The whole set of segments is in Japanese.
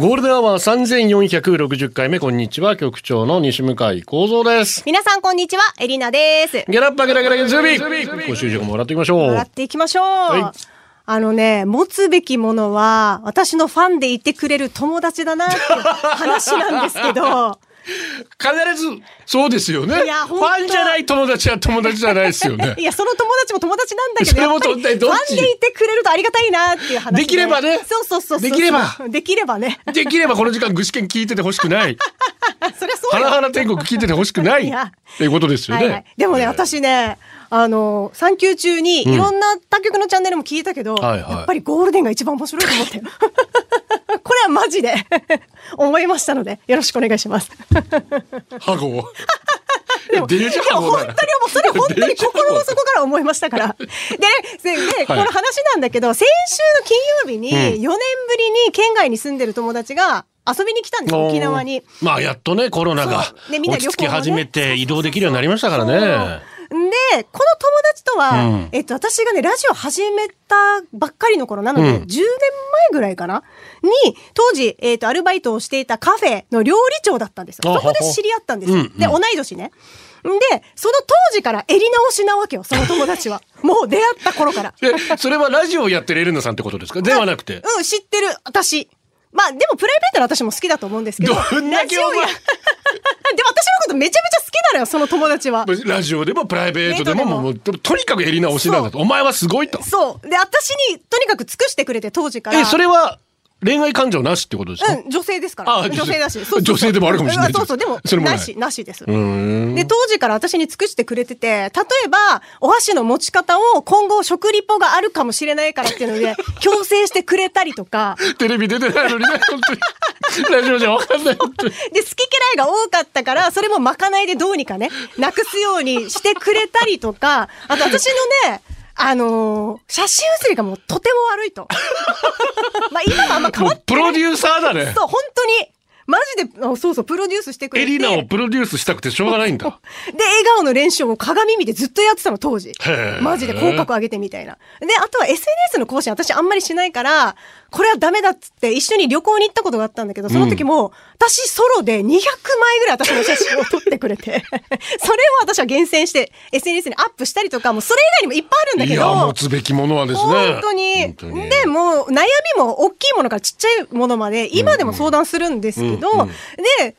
ゴールデンアワー3460回目、こんにちは。局長の西向井幸三です。皆さんこんにちは、エリナです。ゲラッパゲラゲラゲラズビご収集もらっていきましょ笑うっ。ていきましょう。はいあのね、持つべきものは、私のファンでいてくれる友達だなっていう話なんですけ ど、必ず、そうですよね。いやフ本当ァンじゃない友達は友達じゃないですよねい。や、その友達も友達なんだけそど、れもやっぱりどっちファンでいてくれるとありがたいなっていう話できればねそうそうそうそう。できれば。できればね。 できればこの時間、具志堅聞いててほしくない。あそりゃそう花よ々天国聞いててほしくない。いやっていうことですよはいはいね。でもね、私ね、あの、産休中にいろんな他局のチャンネルも聞いたけど、はいはいやっぱりゴールデンが一番面白いと思って これはマジで 思いましたので、よろしくお願いします。ハゴ。いやデージ でハもゴ本当だによも。うそれ本当に心の底から思いましたから。でね、せでこの話なんだけど、先週の金曜日にん4年ぶりに県外に住んでる友達が遊びに来たんです、沖縄に。まあやっとねコロナがそうねみんな落旅行ち着き始めもてね移動できるようになりましたからね。そうで、この友達とは、うんえっと、私がね、ラジオ始めたばっかりの頃なので、うん10年前ぐらいかなに、当時、えっと、アルバイトをしていたカフェの料理長だったんですよ。あそこで知り合ったんですよ。ほほうんうんで、同い年ね。で、その当時から襟直しなわけよ、その友達 は。もう出会った頃から。え、それはラジオをやってるエレナさんってことですかではなくて。うん、知ってる、私。まあ、でもプライベートの私も好きだと思うんですけど。どんだけお前ラジオや でも私のことめちゃめちゃ好きなのよ、その友達は。ラジオでもプライベートでももうもうとにかくエリナ推しなんだと。お前はすごいと。そう。で、私にとにかく尽くしてくれて、当時から。え、それは恋愛感情なしってことですか、うん、女性ですから。あ女性だし。そうそうそう女性でもあるかもしれないうんそうそう、でも、それもなないし、なしです。ーんで、当時から私に尽くしてくれてて、例えば、お箸の持ち方を今後食リポがあるかもしれないからっていうので、 強制してくれたりとか、テレビ出てないのにね、 本当に。ラジオじゃわかんない。本当にで、好き嫌いが多かったから、それもまかないでどうにかね、なくすようにしてくれたりとか、あと私のね、あのー写真写りがもうとても悪 いと。まあ今はあんま変もわっうプロデューサーだね そ。う、本当に。マジで、あそうそう、プロデュースしてくれエて。リナをで、プロデュースしたくてしょうがないんだ。笑顔の練習を鏡見てずっとやってたの、当時へー。マジで口角上げてみたいな。で、あとは SNS の更新、私あんまりしないから、これはダメだっつって、一緒に旅行に行ったことがあったんだけど、その時も、私ソロで200枚ぐらい私の写真を撮ってく れて、それを私は厳選して、SNS にアップしたりとか、もうそれ以外にもいっぱいあるんだいけど。や、持つべきものはですね。本当に本当にでもう悩みも大きいものからちっちゃいものまで今でも相談するんですけど、うんうんでその友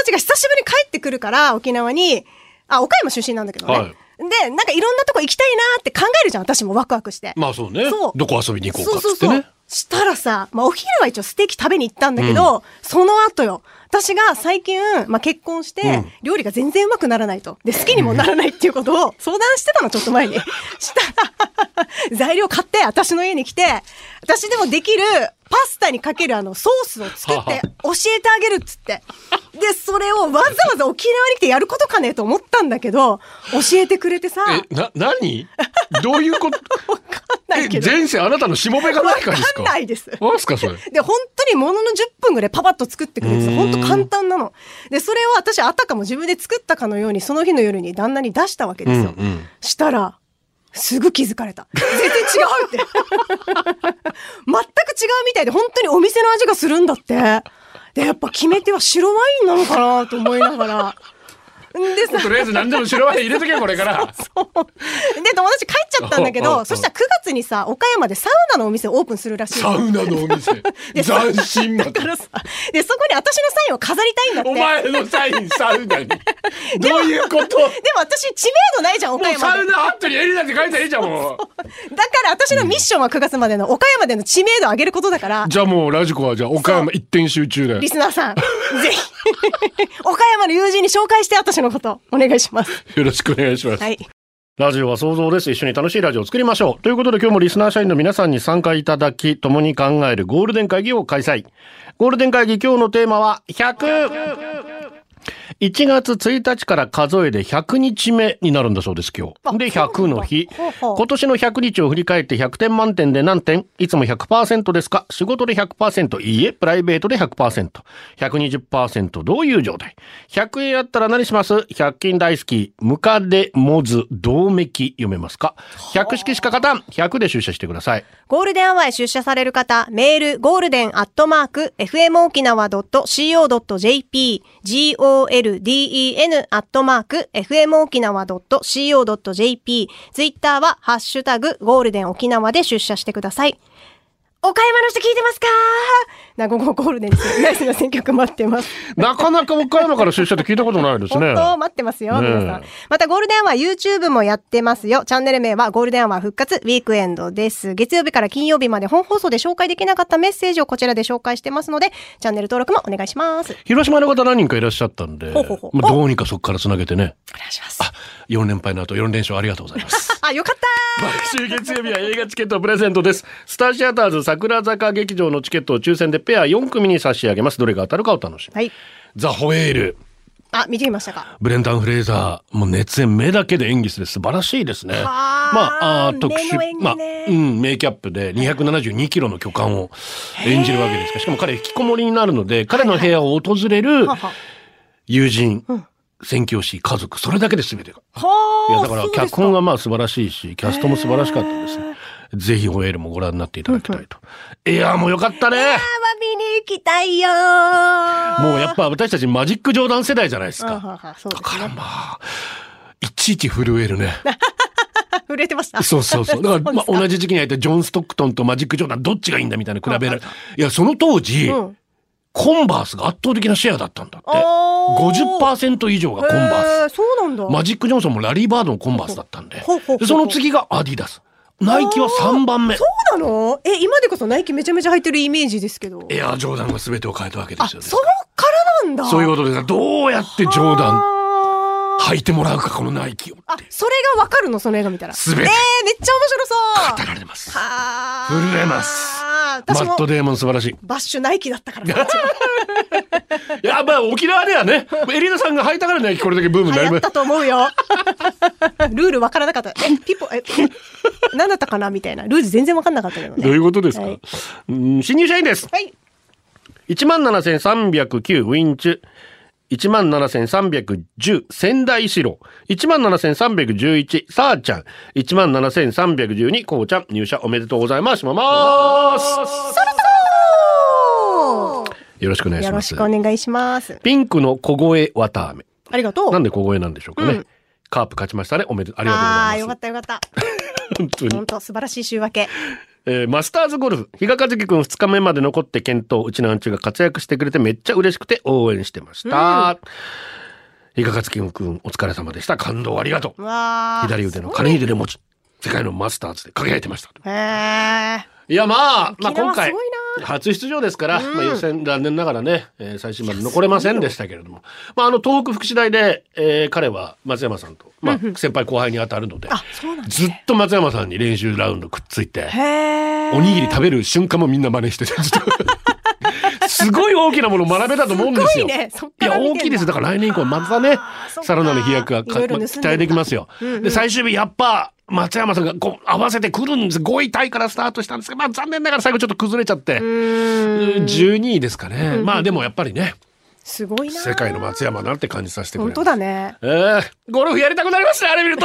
達が久しぶりに帰ってくるから沖縄にあ岡山出身なんだけどね、はいでなんかいろんなとこ行きたいなって考えるじゃん私もワクワクして、まあそうねそう。どこ遊びに行こうかっつってそうそうねそう。したらさ、まあ、お昼は一応ステーキ食べに行ったんだけど、その後よ。私が最近、まあ、結婚して、料理が全然うまくならないと。で、好きにもならないっていうことを相談してたの、ちょっと前 に。したら、材料買って、私の家に来て、私でもできるパスタにかけるあの、ソースを作って、教えてあげるっつって。で、それをわざわざ沖縄に来てやることかねと思ったんだけど、教えてくれてさ、え、な、何どういう ことないけえ、ど前世あなたのしもべがないからですかわかんないです何すかそれ。で、本当にものの10分ぐらいパパッと作ってくれてうた。ん本当簡単なの。で、それを私、あたかも自分で作ったかのように、その日の夜に旦那に出したわけですよ。うんうんしたら、すぐ気づかれた。全然違うって。 全く違うみたいで、本当にお店の味がするんだって。で、やっぱ決め手は白ワインなのかなと思いながら。でさとりあえず何でも白ワイン入れとけよこれから。そう。で、友達帰っちゃったんだけおうおうおど、うそしたら9月にさ、岡山でサウナのお店をオープンするらしいサの。ウナのお店。で斬新なだ。からさ、で、そこに私のサインを飾りたいんだって。お前のサインサウナに。どういうこともでも私、知名度ないじゃん、岡うサ山ウで。ナハットにエリナって書いてらいいじゃんもう。だから私のミッションは9月までの岡山での知名度を上げることだから、じゃあもうラジコはじゃあ岡山一点集中だよリ。スナーさん、ぜひ、 岡山の友人に紹介して私のこと、お願いします。よろしくお願いします。はい。ラジオは想像です。一緒に楽しいラジオを作りましょう。ということで今日もリスナー社員の皆さんに参加いただき、共に考えるゴールデン会議を開催。ゴールデン会議今日のテーマは100。 1月1日から数えで100日目になるんだそうです、今日。で、あそ100うなんだの日。ほうほう今年の100日を振り返って100点満点で何点いつも100%ですか仕事で100%いいえ、プライベートで100%。120%どういう状態 ?100 円あったら何します ?100 均大好き。ムカデ、モズ、銅メキ読めますか ?100 式しか勝たん ?100 で出社してください。ゴールデンアワーへ出社される方、メール、ゴールデンアットマーク、fmokinawa.co.jp、golden アットマーク、fmokinawa.co.jp、ツイッターは、ハッシュタグ、ゴールデン沖縄で出社してください。お買い物して聞いてますか な、午後ゴールデンですよ。ナイ スな選曲待ってます。なかなか岡山から出社って聞いたことないですね。 本当待ってますよ、ねえ皆さん。またゴールデンは YouTube もやってますよ。チャンネル名はゴールデンは復活ウィークエンドです。月曜日から金曜日まで本放送で紹介できなかったメッセージをこちらで紹介してますので、チャンネル登録もお願いします。広島の方何人かいらっしゃったんで、ほうほうほうまあ、どうにかそこからつなげてね、お願いします。 4連敗の後4連勝ありがとうございます。 あ、よかった毎週月曜日は映画チケットプレゼントです。スターシアターズ桜坂劇場のチケットを抽選でペア4組に差し上げます。どれが当たるかお楽しみ。はい。ザ・ホエール、あ、見てみましたかブレンダン・フレイザー、もう熱演、目だけで演技する。素晴らしいですね。まあーあ、あー特目の演殊、技ねまあ、うん、メイキャップで272キロの巨漢を演じるわけですが、しかも彼、引きこもりになるので、彼の部屋を訪れるはは。友人、宣教師、家族、それだけで全てが。いはやあだからそうです脚本がまあ素晴らしいしキャストも素晴らしかったですね。ぜひホエールもご覧になっていただきたいと。エアーも良かったね。あ見に行きたいよーもうやっぱ私たちマジックジョーダン世代じゃないですうんはか。ははそうでだすからね。まあいちいち震えるね。あ震えてました。 そうそうそう。だからまあそうで同すじ時期にあいたジョン・ストックトンとマジック・ジョーダンどっちがいいんだみたいな比べられいやその当時、うんコンバースが圧倒的なシェアだったんだって。おー50%以上がコンバース。へーそうなんだ。マジック・ジョンソンもラリー・バードのコンバースだったんでほうほうほうほうでその次がアディダスナイキは3番目そうなのえ、今でこそナイキめちゃめちゃ履いてるイメージですけど。エアー・ジョーダンが全てを変えたわけであ、すそよねこからなんだ。そういうことですどうやってジョーダンあー履いてもらうかこのナイキをあ、それがわかるのその映画見たら。全てえー、めっちゃ面白語そう。られますあー 震えますマ私もット・デーモン素晴らしいバッシュナイキだっ たから。やっぱ沖縄ではねエリナさんが履いたからナイキこれだけブームにな流り行まったと思うよ。 ルールわからなかった。え、ピポ、え、 え何だったかなみたいな。ルール全然わかんなかったけどどういね。うことですか、はいうーん新入社員ですはい。 17,309ウィンチュ17,310仙台四郎17,311さあちゃん17,312こうちゃん入社おめでとうございますしますおーよろしくお願いよしろましすくお願いします。ピンクの小声綿飴ありがとう。なんで小声なんでしょうかね、うんカープ勝ちましたねおめでありああー、がとうよごかざいったよかった。ます本当に本当素晴らしい週明け。えーマスターズゴルフ、比嘉一貴くん2日目まで残って検討、うちのアンチが活躍してくれてめっちゃ嬉しくて応援してました。比嘉一貴くんお疲れ様でした。感動ありがとう。わあ。左腕の金秀で持ち、世界のマスターズで輝いてました。へえ。いやまあ、まあ沖縄今回すごいな初出場ですから、まあ予選残念ながらね、えー最終まで残れませんでしたけれども、まああの東北福祉大で、えー彼は松山さんと、まあ先輩後輩に当たるので、あ、そうなんだ。ずっと松山さんに練習ラウンドくっついて、へーおにぎり食べる瞬間もみんな真似してて、ずっとすごい大きなものを学べたと思うんですよ。すごいねそっいかや、ら見てんだ大きいですよ。だから来年以降、またねあーそっ、かさらなる飛躍がかいろいろ盗んでんだ期待できますよ。で、最終日、やっぱ、松山さんがこう合わせてくるんです。5位タイからスタートしたんですけど、まあ残念ながら最後ちょっと崩れちゃって、12位ですかね。まあでもやっぱりね、すごいな。世界の松山なんて感じさせてくれ本る。当だね。えーゴルフやりたくなりましたね、あれ見ると。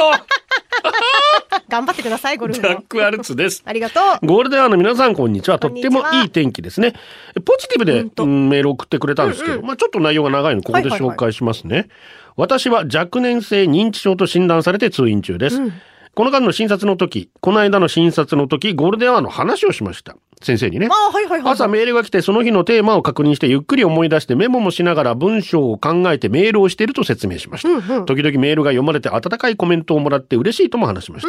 頑張ってください、ゴルジフャッも。ク・アルツです。ありがとう。ゴールデンアワーの皆さん、こんにちは。とこっんにてちはもいい天気ですね。ポジティブで、うんメール送ってくれたんですけど、まあちょっと内容が長いので、ここではいはいは紹い介しますね。私は若年性認知症と診断されて通院中です。この間の診察の時、この間の診察の時、ゴールデンアワーの話をしました。先生にね。あ、はいはいは い。朝メールが来てその日のテーマを確認してゆっくり思い出してメモもしながら文章を考えてメールをしていると説明しました、時々メールが読まれて温かいコメントをもらって嬉しいとも話しまし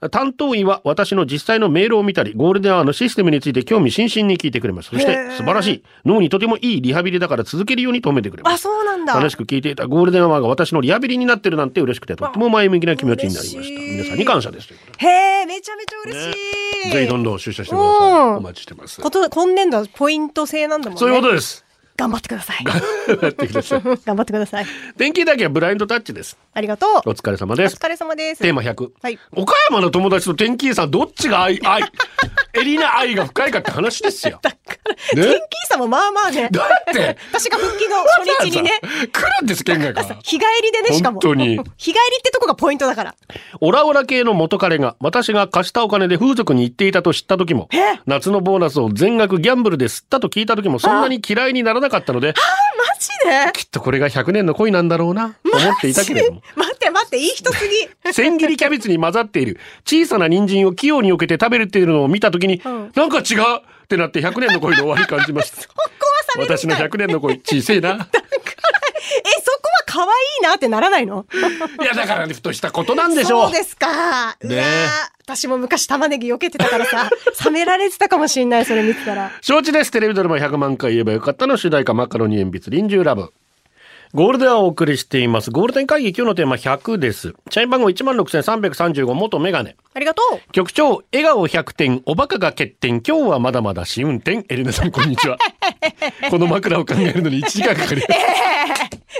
た、担当医は私の実際のメールを見たりゴールデンアワーのシステムについて興味津々に聞いてくれますそして素晴らしい脳にとてもいいリハビリだから続けるように止めてくれまあ、すそうなんだ。楽しく聞いていたゴールデンアワーが私のリハビリになってるなんて嬉しくてとっても前向きな気持ちになりまし嬉したい皆さんに感謝ですということでへえ、めちゃめちゃ嬉しい。ぜひどんどん出社してくださいうんお待ちしてますこと今年度はポイント制なんだもんね。そういうことです頑張ってください。 やってください。頑張ってください。天気だけはブラインドタッチです。ありがとう。お疲れ様おです。疲れ様です。テーマ100。はい岡山の友達と天気さんどっちが愛、 愛、エリナ愛が深いかって話ですよ。だから、ね天気さんもまあまあね。だって、私が復帰の初日 にね。来るんです、県外から。日帰りでね、しかも。本当に日帰りってとこがポイントだから。オラオラ系の元彼が私が貸したお金で風俗に行っていたと知った時もえ夏のボーナスを全額ギャンブルで吸ったと聞いた時もそんなに嫌いにならなかったのでマジできっとこれが100年の恋なんだろうなと思っていたけれども待って待って、いい人すぎ。千切りキャベツに混ざっている小さな人参を器用に避けて食べれているのを見た時に、んなんか違うってなって100年の恋の終わり感じました 壊される私みのたい。 100年の恋小せえ なえ、そこは可愛いなってならないのいやだからねふとしたことなんでしょそうですか。うわねえ私も昔玉ねぎ避けてたから さ、冷められてたかもしんない、それ見てたら。承知です。テレビドラマ100万回言えばよかったの主題歌マカロニ鉛筆臨終ラブ。ゴールデンはお送りしています。ゴールデン会議今日のテーマ100です。社員番号16,335元メガネ。ありがとう。局長、笑顔100点、おバカが欠点、今日はまだまだ試運転。エレナさん、こんに ちは。この枕を考えるのに1時間かかります。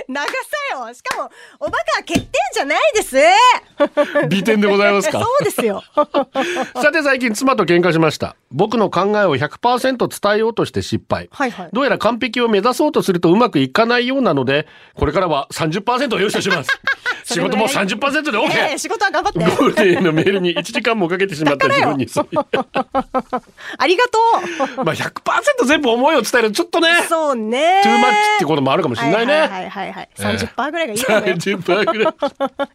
流さよ。しかも、おバカは欠点じゃない です。美点でございますそか。うですよ。さて最近妻と喧嘩しました。僕の考えを100%伝えようとして失敗。はいはいどうやら完璧を目指そうとするとうまくいかないようなので、これからは30%を用意し ます。仕事も30%で OK! ええ仕事は頑張って。ゴールデンへのメールに1時間もかけてしまった自分 にそういうありがとう。まあ100%全部思いを伝えるちょっとねそうね。トゥーマッチってこともあるかもしれないね、はいはいはいはい。三十パーぐらいがいいかもよ。 30%ぐらい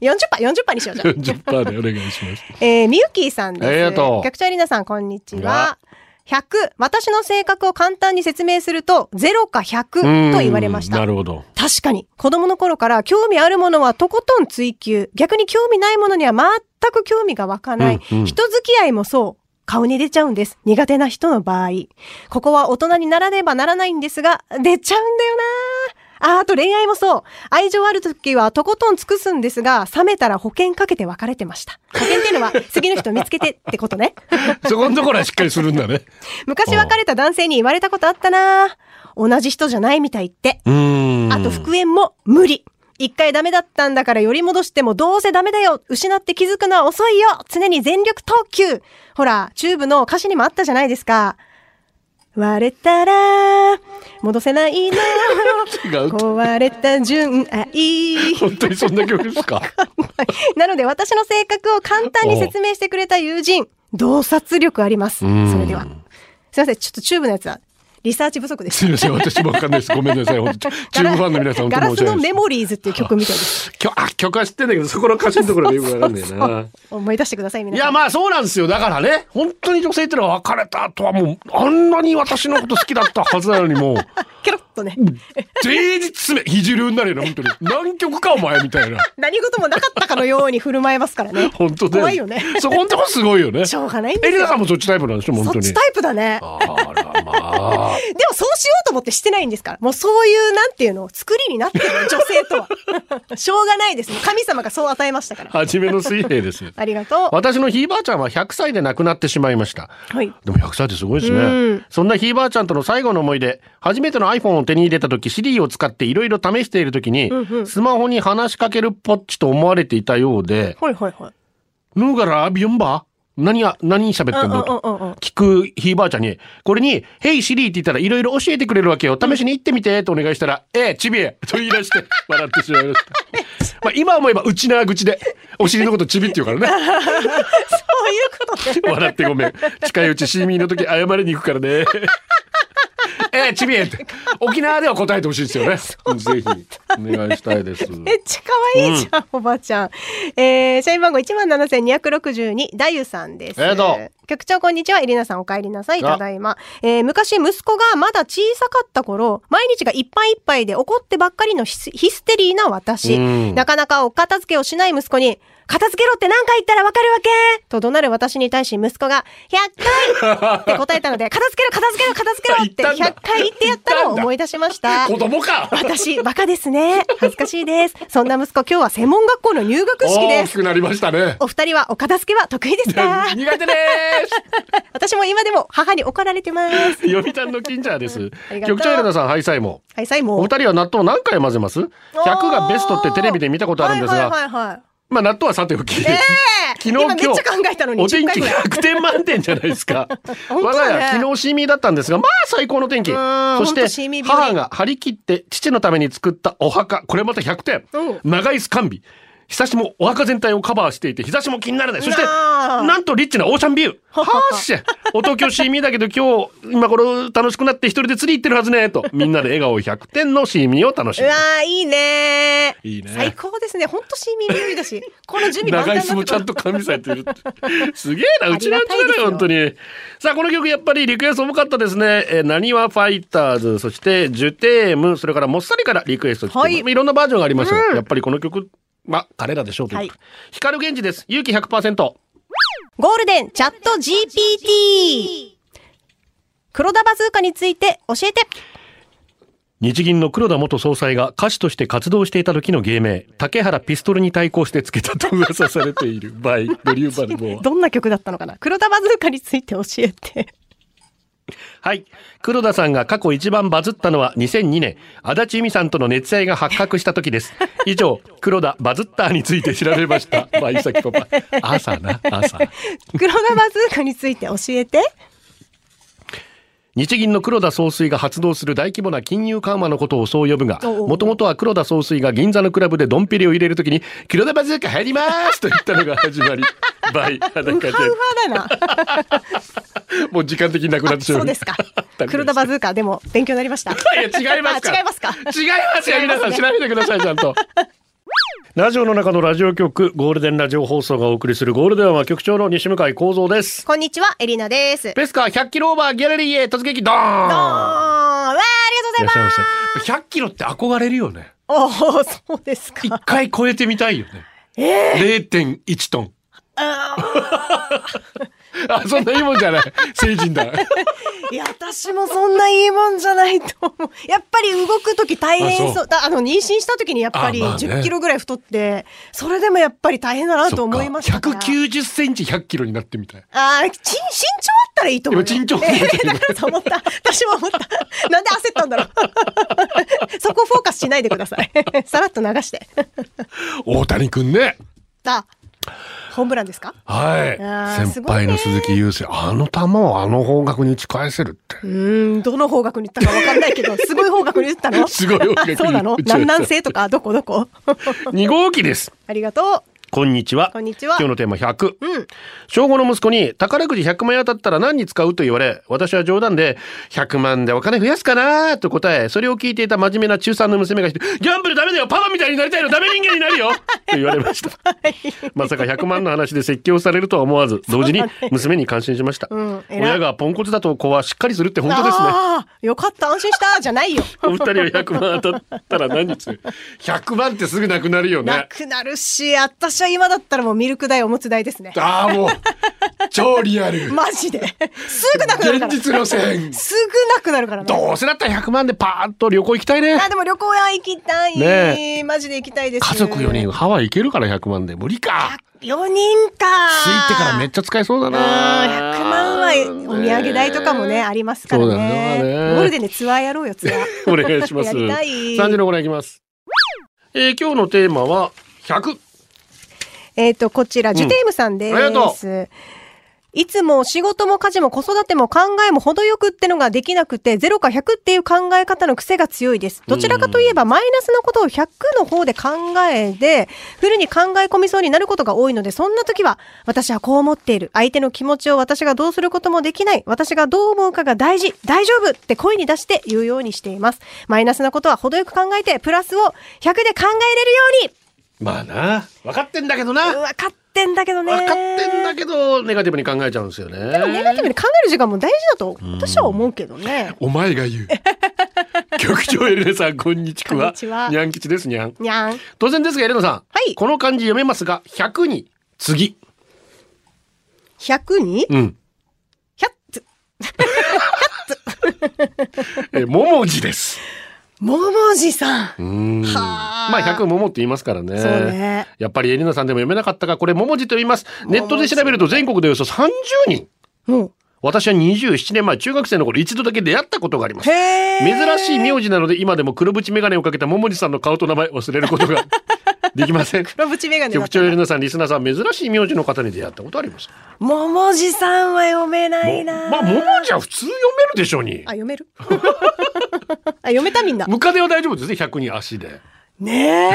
四十パー、四十パーにしよう じゃん。 40%でお願いしますえー、みゆきーさんです。ありがとう局長エリナさん、こんにちはは。 100、私の性格を簡単に説明すると、0か100と言われましうんたな。るほど確かに、子供の頃から興味あるものはとことん追求、逆に興味ないものには全く興味が湧かない。うんうん人付き合いもそう。顔に出ちゃうんです。苦手な人の場合。ここは大人にならねばならないんですが、出ちゃうんだよなあーあと恋愛もそう。愛情ある時はとことん尽くすんですが、冷めたら保険かけて別れてました。保険っていうのは次の人見つけてってことね。そこのところはしっかりするんだね昔別れた男性に言われたことあったな同じ人じゃないみたいって。うんあと復縁も無理。一回ダメだったんだからより戻してもどうせダメだよ。失って気づくのは遅いよ。常に全力投球。ほら、チューブの歌詞にもあったじゃないですか。割れたら、戻せない違うな。壊れた純愛。 本当にそんな曲ですかなので私の性格を簡単に説明してくれた友人、洞察力あります。そんれでは。すいません、ちょっとチューブのやつは、リサーチ不足です。すいません私もわかんないですごめんなさい本当チューブファンの皆さん本当ガラにス申し訳のないメですモリーズっていう曲みたいです。きょあ曲は知ってんだけどそこの歌詞のところがよくわかんないな思い出してください、皆いさん。やまあそうなんですよだからね本当に女性ってのは別れた後はもうあんなに私のこと好きだったはずなのにもうケロッとね。全日詰め肘流になるよね本当に何曲かお前みたいな何事もなかったかのように振る舞いますからね。 本当だ怖いよね。そこんとこすごいよねしょうがないんでエすリナよさん。もそっちタイプなんでしょ本そ当っにちタイプだね。あらまあでもそうしようと思ってしてないんですから。もうそういう、なんていうの、作りになっ てる女性とは。 しょうがないです。神様がそう与えましたから。初めの水平 ですありがとう。私のひいばあちゃんは100歳で亡くなってしまいましたはい。でも100歳ってすごいですね、うんそんなひいばあちゃんとの最後の思い出初めての iPhone を手に入れた時 Siri を使っていろいろ試している時に、スマホに話しかけるポッチと思われていたようでほいほいほい。 「ぬからビヨンバ何が何喋ってんの?」とうんうんうんうん聞くひいばあちゃんにこれに「ヘイ Siri」って言ったらいろいろ教えてくれるわけよ試しに行ってみてとお願いしたら「ええちびえ」と言い出して笑ってしまいました。まあ今思えばうちな口でお尻のことちびって言うからねそういうことで。笑ってごめん近いうちシーミーの時謝りに行くからねええちびえって沖縄では答えてほしいですよねぜひお願いしたいですめっちゃ可愛いじゃん、おばあちゃん。えー、社員番号17,262、だゆさんです。ありがと局長こんにちは、エリナさんお帰りなさい、あただいま。えー、昔息子がまだ小さかった頃、毎日がいっぱいいっぱいで怒ってばっかりのヒスヒステリーな私。うんなかなかお片付けをしない息子に、片付けろって何回言ったらわかるわけと怒鳴る私に対し息子が、100回って答えたので、片付けろ、片付けろ、片付けろっ て言ったん100回言ってやったのを思い出し ました。子供か私、バカですね。恥ずかしいです。そんな息子、今日は専門学校の入学式大できす。くなりましたね。お二人はお片付けは得意ですか苦手です私も今でも母に怒られてます。 読谷の金ちゃんです あり。がとう局長エレナさん、ハイサイも。はい、最後。お二人は納豆何回混ぜます ?100 がベストってテレビで見たことあるんですが、はいはいはいはい。まあ納豆はさておき。ええ昨日今今めっ日ちゃ考えたのにお天10回気ぐら い。 100点満点じゃないですか 本当我だねが家昨日シーミーだったんですがまあ最高の天気うんそし本当シーミてー日和母が張り切って父のために作ったお墓これまた100点、う長いスカンビ日差しもお墓全体をカバーしていて日差しも気にならないそしてなあなんとリッチなオーシャンビューはーっしゃお東京シーミーだけど今日今頃楽しくなって一人で釣り行ってるはずねとみんなで笑顔100点のシーミーを楽しうむわー、いいねーいいね最高ですね。ほんと市民料理だし。この準備万長端いだ相けど撲ちゃんと加味されてる ってすげえなうちのうちありだがたいですねよ本当にさあこの曲やっぱりリクエスト多かったですねえーなにわファイターズそしてジュテームそれからもっさりからリクエスト来てますはいまあいろんなバージョンがありますがやっぱりこの曲は彼らでしょうということで光源氏です勇気100%ゴールデンチャット GPT! 黒田バズーカについて教えて日銀の黒田元総裁が歌手として活動していた時の芸名竹原ピストルに対抗してつけたと噂されている by ブリューバルボアどんな曲だったのかな黒田バズーカについて教えて。 はい。黒田さんが過去一番バズったのは2002年、足立由美さんとの熱愛が発覚した時です。以上、黒田バズったについて調べま した。まあ、伊崎パパ。朝な、朝。黒田バズーカについて教えて日銀の黒田総帥が発動する大規模な金融緩和のことをそう呼ぶが、おうもともとは黒田総帥が銀座のクラブでドンピリを入れるときに、黒田バズーカ入りますと言ったのが始 まり、バイ、裸ウハウで。ハだな。 もう時間的になくなってしまう。そう ですか。黒田バズーカ、でも勉強になりました。いいや違いますか違いま すか。違いますよ皆さん調べてくださいちゃんと ラジオの中のラジオ局ゴールデンラジオ放送がお送りするゴールデンは局長の西向井光三ですこんにちは、エリナです。ペスカ100キロオーバーギャラリーへ突撃ドーンあーわあ、ありいらっがしとゃいうございま。ますせ100キロって憧れるよ ねおお、そうです一 か。回超えてみたいよね、えー、0.1トンあそんないいもん じゃない成人だいや、私もそんないいもんじゃないと思う。やっぱり動くとき大変あそそうう。だあの、妊娠したときにやっぱりあまあね10キロぐらい太って、それでもやっぱり大変だなと思いましたから。 190センチ100キロになってみたいああ、ちん、身長あったらいいと思うよ。今身長ええ だからそう思った。私も思った。 なんで焦ったんだろう。 そこフォーカスしないでください。 さらっと流して。大谷くんねさあ、ホームランですかはいあ。ー先輩の鈴木雄介、あの球をあの方角に打ち返せるって。うーん、どの方角に行ったかわかんないけ ど、すごい方角に打ったのすごい方角にあそうなの打ちました南南西とか、どこどこ二号機です。ありがとこんにちは。こんにちは今日のテーマ100。うん小5の息子に宝くじ100万円当たったら何に使うと言われ、私は冗談で、100万でお金増やすかなと答え、それを聞いていた真面目な中3の娘が来て、ギャンブルダメだよパパみたいになりたいのダメ人間になるよと言われました。まさか100万の話で説教されるとは思 わず、同時に娘に感心しました。うん偉い親がポンコツだと子はしっかりするってう。本当ですね。 ああ、よかった、安心した、じゃないよ。 お二人は100万当たったら何につ ?100 万ってすぐなくなるよなね。くなるし、私は今だったらもうミルク代、おむつ代ですね。ああ、もう、超リア ル。マジで。すぐなくなるか現実ら。路線。 すぐなくなるからね。どうせだったら100万でパーッと旅行行きたいねあ、。でも旅行屋行きたい。ねマジで行きたいです。家族4人、。ハワイ行けるから100万で。無理か。 4人か。ついてからめっちゃ使えそうだうんな。 100万はお土産代とかもね、ありますからそうだねね。ゴールデンでツアーやろうよ、ツアー。 お願いします。やりたい3時のご覧いきます。えー今日のテーマは、100。えっ、と、こちら、ジュテームさんです。ありがといつも仕事も家事も子育ても考えも程よくってのができなくて、0か100っていう考え方の癖が強いです。どちらかといえばマイナスのことを100の方で考えで、フルに考え込みそうになることが多いので、そんな時は、私はこう思っている。相手の気持ちを私がどうすることもできない。私がどう思うかが大事。大丈夫って声に出して言うようにしています。マイナスなことは程よく考えて、プラスを100で考えれるようにまあな。分かってんだけどな。分かってんだけどね。分かってんだけど、ネガティブに考えちゃうんですよね。でもネガティブに考える時間も大事だと私は思うけどね。お前が言う。 局長エレナさん、こんにちこんは。にちはにゃん吉です、にゃん。にゃん。当然ですが、エレナさん。はいこの漢字読めますが、100に、次。 100にうん。 ?100 つ。えー、ももじです。ももじさん。うん。まあ、100ももって言いますからね。そうねやっぱりエリナさんでも読めなかったか、これももじと言います。ネットで調べると全国でおよそ30人。も私は27年前、中学生の頃一度だけ出会ったことがありまう。す。へー珍しい名字なので、今でも黒縁眼鏡をかけたももじさんの顔と名前忘れること ができません。黒縁眼鏡だ局った長エリな。ナさん、リスナーさん、珍しい名字の方に出会ったことありますかももじさんは読めないもな。まあ、ももじは普通読めるでしょうにあ、。読める あ、読めたみんな。ムカデは大丈夫ですね、100に足で。ねえ。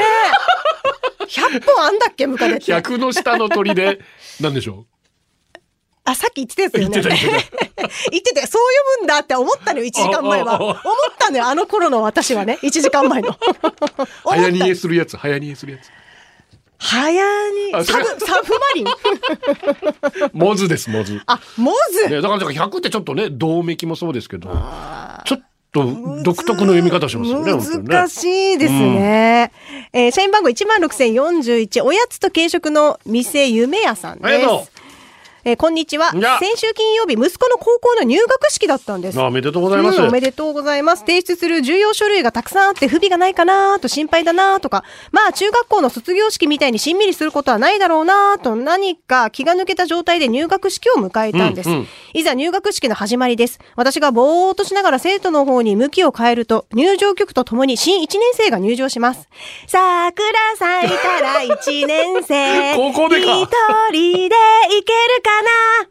100本あんだっけムカデって。 100の下の鳥で、なんでしょあ、さっき言ってたやつだよね。言ってた言 言ってたよそう読むんだって思ったのよ、1時間前は。おうおうお思うったのよ、あの頃の私はね。1時 間前の。う。思早っ逃たげするやつ、早逃げするや つ。早に。あそサれブ、サブマリンモズです、モズ。ね、あ、モズだからだから100ってちょっとね、動脈もそうですけど、ちょっと独特の読み方しますよね、本当にね難。しいですね。えー社員番号16,041、おやつと軽食の店夢屋さんありでがとす。えーこんにちは。いや先週金曜日、息子の高校の入学式だったんですう。。あおめでとうございます。うんおめでとうございます。提出する重要書類がたくさんあって不備がないかなと心配だなとか、まあ中学校の卒業式みたいにしんみりすることはないだろうなと何か気が抜けた状態で入学式を迎えたんです。うんうんいざ入学式の始まりです。私がぼーっとしながら生徒の方に向きを変えると、入場曲とともに新1年生が入場します。桜咲いたら1年 生。高校でか一人でいけるかな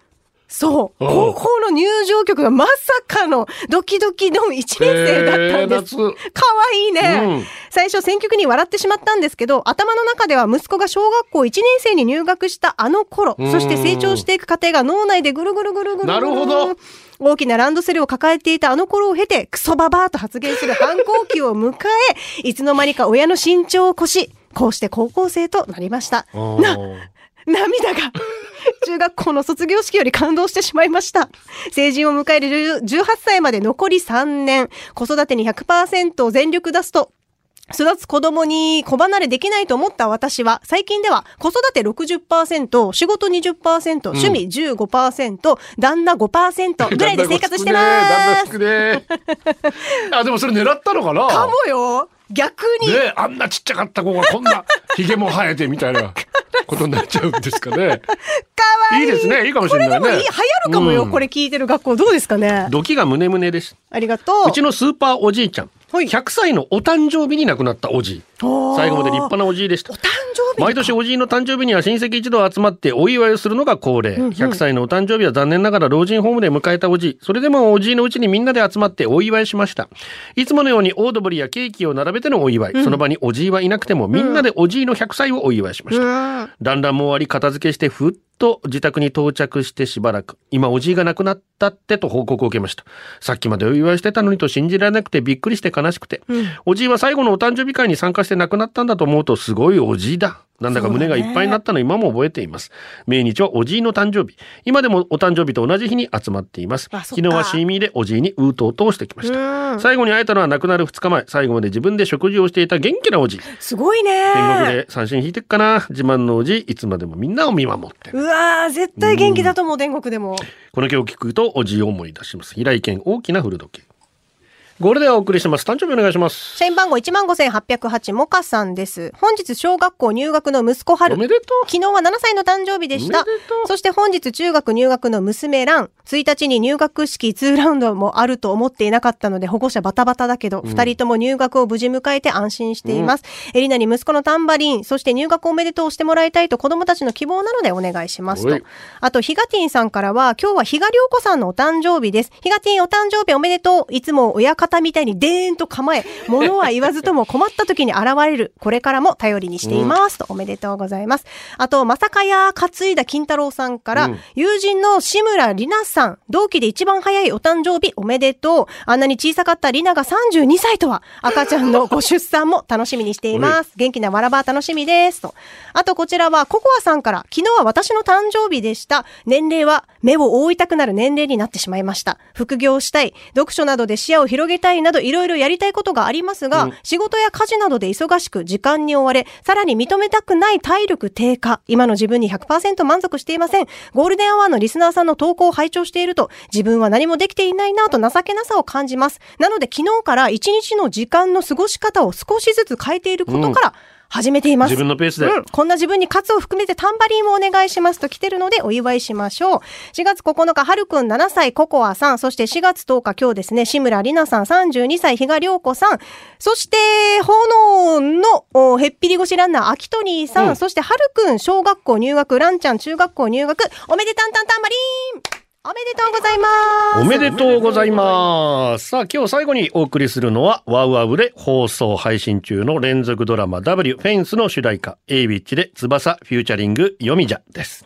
そう。おう高校の入場曲がまさかのドキドキの1年生だったんです。へー夏かわいいね、うん最初選曲に笑ってしまったんですけど、頭の中では息子が小学校1年生に入学したあの頃、うんそして成長していく過程が脳内でぐるぐるぐるぐるぐる。なるほど大きなランドセルを抱えていたあの頃を経て、クソババアと発言する反抗期を迎え、いつの間にか親の身長を越し、こうして高校生となりました。あなー 涙が中学校の卒業式より感動してしまいました成人を迎える10 18歳まで残り3年子育てに100%を全力出すと育つ子供に子離れできないと思った私は、最近では子育て60%、仕事20%、趣味15%、旦那5%ぐらいで生活してま旦那す。少ねえ旦那少 ねえあ、でもそれ狙ったのかなかもよ逆に、ねえあんなちっちゃかった子がこん なひげも生えてみたいなことになっちゃうんですかね。かわいいいいですねいいかもしれないねこれでもいい流行るかもよ、うんこれ聞いてる学校。どうですかねドキが胸胸です。ありがとう。うちのスーパーおじいちゃん、はい100歳のお誕生日に亡くなったおじい。おー最後まで立派なおじいでしたお。誕生日毎年おじいの誕生日には親戚一同集まってお祝いをするのが恒例。100歳のお誕生日は残念ながら老人ホームで迎えたおじい。それでもおじいのうちにみんなで集まってお祝いしました。いつものようにオードブリやケーキを並べてのお祝い。その場におじいはいなくてもみんなでおじいの100歳をお祝いしました。だんだんもう終わり片付けしてふっと自宅に到着してしばらく。今おじいが亡くなったってと報告を受けました。さっきまでお祝いしてたのにと信じられなくてびっくりして悲しくて。おじいは最後のお誕生日会に参加して亡くなったんだと思うとすごいおじいだ。なんだか胸がいっぱいになったの今も覚えています。命日はおじいの誕生日。今でもお誕生日と同じ日に集まっています。あそっか昨日はシーミーでおじいにうとうとしてきました。最後に会えたのは亡くなる2日前。最後まで自分で食事をしていた元気なおじい。すごい天国ねで三振引いてっかな自慢のおじいいつまでもみんなを見守ってうわー絶対元気だと思う天国でもこの曲を聞くとおじいを思い出します平井堅大きな古時計ゴールデンをお送りします誕生日お願いします社員番号15808モカさんです本日小学校入学の息子お春めでとう昨日は7歳の誕生日でしたおめでとうそして本日中学入学の娘ラン1日に入学式2ラウンドもあると思っていなかったので保護者バタバタだけど、2人とも入学を無事迎えて安心しています、エリナに息子のタンバリンそして入学おめでとうをしてもらいたいと子供たちの希望なのでお願いしますおといあと、ヒガティンさんからは、今日はヒガリョウコさんのお誕生日です。ヒガティンお誕生日おめでとう。いつも親方みたいにでーんと構え、物は言わずとも困った時に現れる。これからも頼りにしています。と、おめでとうございます。あと、まさかや担いだ金太郎さんから、友人の志村里奈さん、同期で一番早いお誕生日おめでとう。あんなに小さかった里奈が32歳とは、赤ちゃんのご出産も楽しみにしています。ます元気なわらば楽しみです。と。あとこちらはココアさんから、昨日は私の誕生日でした。年齢は目を覆いたくなる年齢になってしまいました。副業をしたい。読書などで視野を広げえたいなどいろいろやりたいことがありますが、仕事や家事などで忙しく時間に追われ、さらに認めたくない体力低下、今の自分に100%満足していません。ゴールデンアワーのリスナーさんの投稿を拝聴していると、自分は何もできていないなと情けなさを感じます。なので昨日から一日の時間の過ごし方を少しずつ変えていることから、始めています。自分のペースでうんこんな自分に喝を含めてタンバリンをお願いしますと来てるのでお祝いしましょう。4月9日、はるくん7歳、ココアさん、そして4月10日、今日ですね、志村里奈さん32歳、比嘉涼子さん、そして、炎のおへっぴり腰ランナー、秋トニーさん、そしてはるくん小学校入学、ランちゃん中学校入学、おめでたんたんタンバリンおめでとうございます。おめでとうございます。さあ、今日最後にお送りするのは、ワウワウで放送配信中の連続ドラマ W フェンスの主題歌、エイビッチで翼フューチャリングよみじゃです。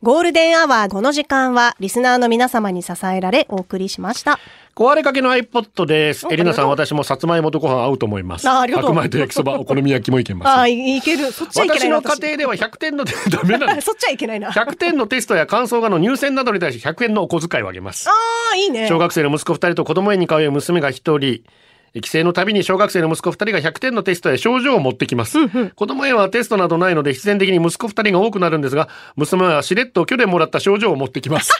ゴールデンアワー、この時間は、リスナーの皆様に支えられ、お送りしました。壊れかけの iPod です。おエリナさん、ありが私もさつまいもとご飯合うと思います。あありがとう白米と焼きそば、お好み焼きもいけます。ああ、いいける。そっちはいけな私いの家庭では100点のダメなんです。 そっちはいけないな。あ100点のテストや感想画の入選などに対して100円のお小遣いをあげます。あ、いいね。小学生の息子2人と子供園に通う娘が1人帰省のたびに小学生の息子2人が100点のテストや症状を持ってきます、子供園はテストなどないので必然的に息子2人が多くなるんですが娘はしれっと去年もらった症状を持ってきます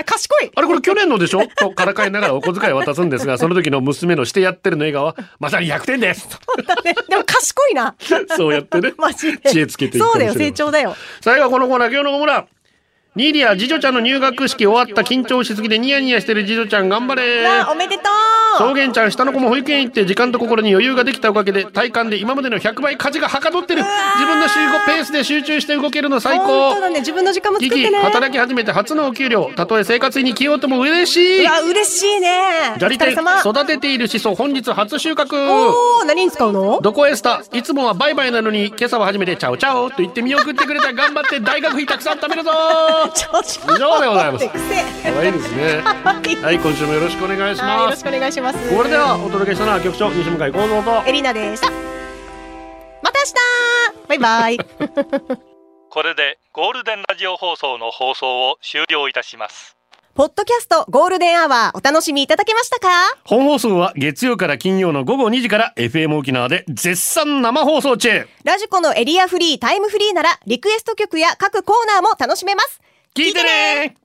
あ 賢い。あれこれ去年のでしょとからかいながらお小遣いを渡すんですがその時の娘のしてやってるの笑顔はまさに100点ですだね でも賢いな。そうやってねマジで。知恵つけていくそうだよ、かもしれ成長ませんだよ。最後はこのコーナー今日の野村ニーリア次女ちゃんの入学式終わった緊張しすぎでニヤニヤしてる次女ちゃん頑張れわあ、おめでと草う。原ちゃん下の子も保育園行って時間と心に余裕ができたおかげで体感で今までの100倍家事がはかどってる自分の週5ペースで集中して動けるの最本当だ高ね、自分の時間も作ギってギね。働き始めて初のお給料たとえ生活費に消えようとも嬉しいうわ、嬉しいね。砂利お疲れ店様。育てているシソ本日初収穫おお、何に使うの？どこエスタいつもはバイバイなのに今朝は初めて「チャオチャオ」と言って見送ってくれた頑張って大学費たくさん貯める ぞちょちょ以上でございま待すって癖可愛いですねははい今週もよろしくお願いしいはい、よまろすしくお願いします。これではお届けしたのは局長西向井幸三とエリナでした。また明日。バイバ イ。これでゴールデンラジオ放送の放送を終了いたしますポッドキャストゴールデンアワーお楽しみいただけましたか？本放送は月曜から金曜の午後2時から FM 沖縄で絶賛生放送中ラジコのエリアフリー、タイムフリーなら、リクエスト曲や各コーナーも楽しめます。聞いてね